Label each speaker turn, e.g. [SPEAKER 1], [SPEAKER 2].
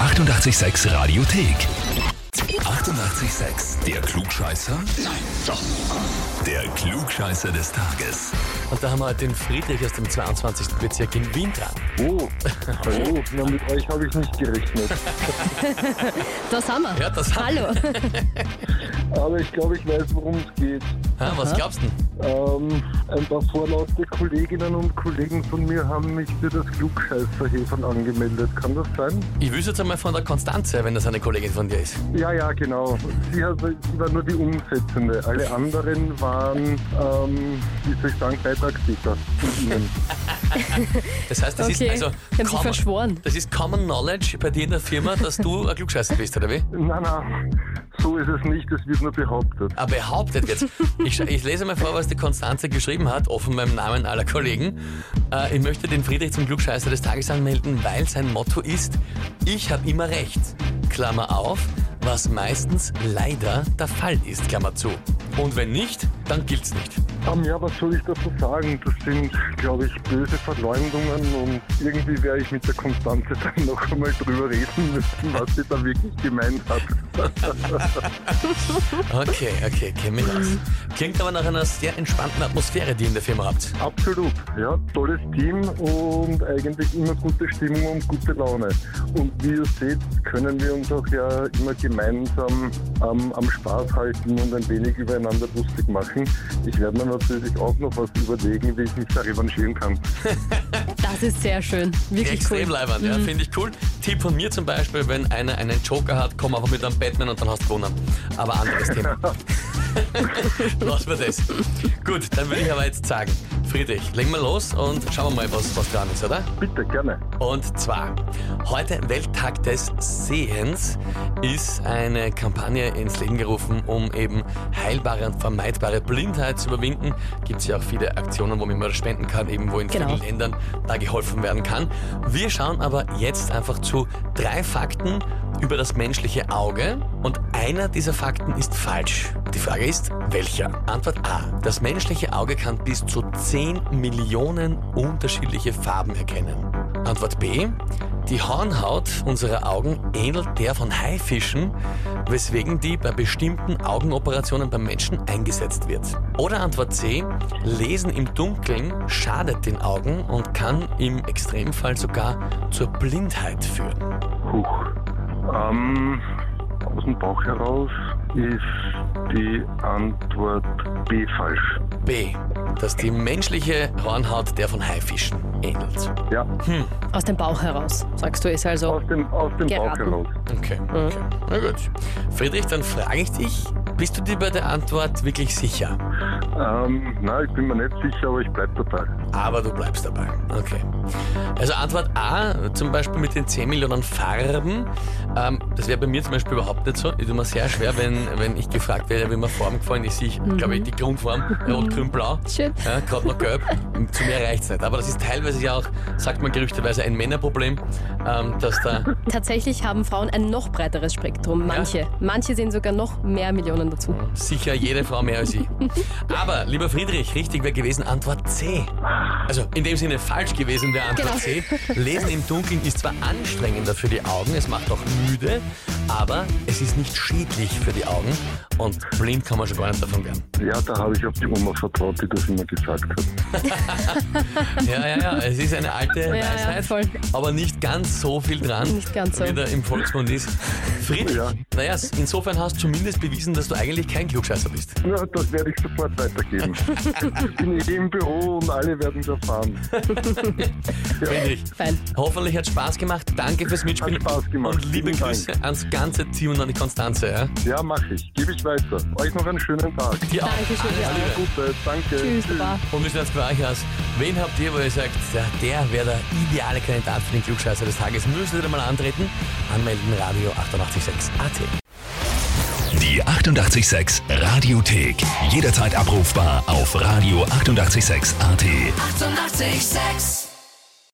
[SPEAKER 1] 886 Radiothek. 88,6. Der Klugscheißer? Nein, doch. Der Klugscheißer des Tages.
[SPEAKER 2] Und da haben wir den Friedrich aus dem 22. Bezirk in Wien dran.
[SPEAKER 3] Oh, hallo, na, mit euch habe ich nicht gerechnet.
[SPEAKER 4] Da sind wir.
[SPEAKER 2] Ja, das haben
[SPEAKER 4] Hallo.
[SPEAKER 3] Aber ich glaube, ich weiß, worum es geht.
[SPEAKER 2] Ha, was glaubst du?
[SPEAKER 3] Ähm, ein paar vorlaute Kolleginnen und Kollegen von mir haben mich für das Klugscheißerhefern angemeldet. Kann das sein?
[SPEAKER 2] Ich wüsste jetzt einmal von der Konstanze, wenn das eine Kollegin von dir ist.
[SPEAKER 3] Ja, ja, genau. Sie, hat, sie war nur die Umsetzende. Alle anderen waren, ähm, wie soll ich sagen, Beitragstäter. von Ihnen.
[SPEAKER 2] Das heißt, das
[SPEAKER 4] Okay.
[SPEAKER 2] ist also
[SPEAKER 4] Die haben sich verschworen.
[SPEAKER 2] Das ist Common Knowledge bei dir in der Firma, dass du ein Klugscheißer bist, oder wie?
[SPEAKER 3] Na, na, so ist es nicht. Es wird nur behauptet.
[SPEAKER 2] Aber behauptet jetzt. Ich, scha- ich lese mal vor, was die Konstanze geschrieben hat, offen beim Namen aller Kollegen. Äh, ich möchte den Friedrich zum Klugscheißer des Tages anmelden, weil sein Motto ist, ich habe immer recht. Klammer auf, was meistens leider der Fall ist, Klammer zu. Und wenn nicht, dann gilt's nicht.
[SPEAKER 3] Ähm, ja, was soll ich dazu sagen? Das sind, glaube ich, böse Verleumdungen und irgendwie werde ich mit der Konstanze dann noch einmal drüber reden müssen, was sie da wirklich gemeint hat.
[SPEAKER 2] Okay, okay, käme ich aus. Klingt aber nach einer sehr entspannten Atmosphäre, die ihr in der Firma habt.
[SPEAKER 3] Absolut, ja, tolles Team und eigentlich immer gute Stimmung und gute Laune. Und wie ihr seht, können wir uns auch ja immer gemeinsam ähm, am Spaß halten und ein wenig übereinander lustig machen. Ich werde mir natürlich auch noch was überlegen, wie ich mich da revanchieren kann.
[SPEAKER 4] Das ist sehr schön. Wirklich
[SPEAKER 2] Extrem
[SPEAKER 4] cool. Mhm.
[SPEAKER 2] leibend, ja, finde ich cool. Tipp von mir zum Beispiel, wenn einer einen Joker hat, komm einfach mit einem Batman und dann hast du gewonnen. Aber anderes Thema. Lass wir das. Gut, dann würde ich aber jetzt sagen, Friedrich, legen wir los und schauen wir mal, was, was dran ist, oder?
[SPEAKER 3] Bitte, gerne.
[SPEAKER 2] Und zwar, heute Welttag des Sehens ist eine Kampagne ins Leben gerufen, um eben heilbare und vermeidbare Blindheit zu überwinden. Gibt es ja auch viele Aktionen, womit man spenden kann, eben wo in
[SPEAKER 4] Genau.
[SPEAKER 2] vielen Ländern da geholfen werden kann. Wir schauen aber jetzt einfach zu drei Fakten über das menschliche Auge und einer dieser Fakten ist falsch. Die Frage ist, welcher? Antwort A. Das menschliche Auge kann bis zu 10 Millionen unterschiedliche Farben erkennen. Antwort B. Die Hornhaut unserer Augen ähnelt der von Haifischen, weswegen die bei bestimmten Augenoperationen beim Menschen eingesetzt wird. Oder Antwort C. Lesen im Dunkeln schadet den Augen und kann im Extremfall sogar zur Blindheit führen.
[SPEAKER 3] Huch. Ähm, aus dem Bauch heraus ist die Antwort B falsch.
[SPEAKER 2] B. Dass die menschliche Hornhaut der von Haifischen ähnelt.
[SPEAKER 3] Ja,
[SPEAKER 4] Aus dem Bauch heraus, sagst du es also.
[SPEAKER 3] aus dem, aus dem Bauch
[SPEAKER 4] Geraten.
[SPEAKER 3] heraus.
[SPEAKER 2] Okay, okay. Na gut. Friedrich, dann frage ich dich, bist du dir bei der Antwort wirklich sicher?
[SPEAKER 3] Ähm, nein, ich bin mir nicht sicher, aber ich bleibe dabei.
[SPEAKER 2] Aber du bleibst dabei. Okay. Also Antwort A, zum Beispiel mit den 10 Millionen Farben. Ähm, das wäre bei mir zum Beispiel überhaupt nicht so. Ich tue mir sehr schwer, wenn, wenn ich gefragt werde, wie mir Formen gefallen ist. Ich glaube, ich die Grundform, rot, grün, blau.
[SPEAKER 4] Schön.
[SPEAKER 2] Ja, Gerade noch gelb. Zu mir reicht's nicht. Aber das ist teilweise ja auch, sagt man gerüchteweise, ein Männerproblem, ähm, dass da
[SPEAKER 4] Tatsächlich haben Frauen ein noch breiteres Spektrum. Manche. Manche sehen sogar noch mehr Millionen dazu.
[SPEAKER 2] Sicher jede Frau mehr als ich. Aber, lieber Friedrich, richtig wäre gewesen Antwort C. Also in dem Sinne falsch gewesen wäre Antwort
[SPEAKER 4] Genau.
[SPEAKER 2] C. Lesen im Dunkeln ist zwar anstrengender für die Augen, es macht auch müde, aber es ist nicht schädlich für die Augen und blind kann man schon gar nicht davon werden.
[SPEAKER 3] Ja, da habe ich auf die Oma vertraut, die das immer gesagt hat.
[SPEAKER 2] Ja, ja, ja, es ist eine alte
[SPEAKER 4] ja,
[SPEAKER 2] Weisheit,
[SPEAKER 4] voll.
[SPEAKER 2] aber nicht ganz so viel dran,
[SPEAKER 4] Nicht ganz so.
[SPEAKER 2] wie da im Volksmund ist. Friedrich,
[SPEAKER 3] Ja.
[SPEAKER 2] naja, insofern hast du zumindest bewiesen, dass du eigentlich kein Klugscheißer bist.
[SPEAKER 3] Ja, das werde ich sofort weitergeben. ich bin eh im Büro und alle werden es erfahren.
[SPEAKER 2] Friedrich,
[SPEAKER 4] Fein.
[SPEAKER 2] Hoffentlich hat Spaß gemacht. Danke fürs Mitspielen.
[SPEAKER 3] Hat Spaß gemacht.
[SPEAKER 2] Und liebe
[SPEAKER 3] Vielen Dank.
[SPEAKER 2] Grüße ans ganze Team und an die Konstanze. Ja?
[SPEAKER 3] Ja, mache ich. Gebe ich weiter. Euch noch einen schönen Tag.
[SPEAKER 2] Dir auch.
[SPEAKER 4] Dankeschön, dir
[SPEAKER 2] Alles
[SPEAKER 4] auch.
[SPEAKER 2] Liebe.
[SPEAKER 3] Gute, danke.
[SPEAKER 4] Tschüss, Baba.
[SPEAKER 2] Und wir sehen uns gleich aus. Wen habt ihr, wo ihr sagt, ja, der wäre der ideale Kandidat für den Klugscheißer des Tages? Müsst ihr da mal antreten? Anmelden, Radio 886 AT.
[SPEAKER 1] Die 88,6 Radiothek. Jederzeit abrufbar auf radio886.at. 88,6.
[SPEAKER 5] Eighty-eight, sex.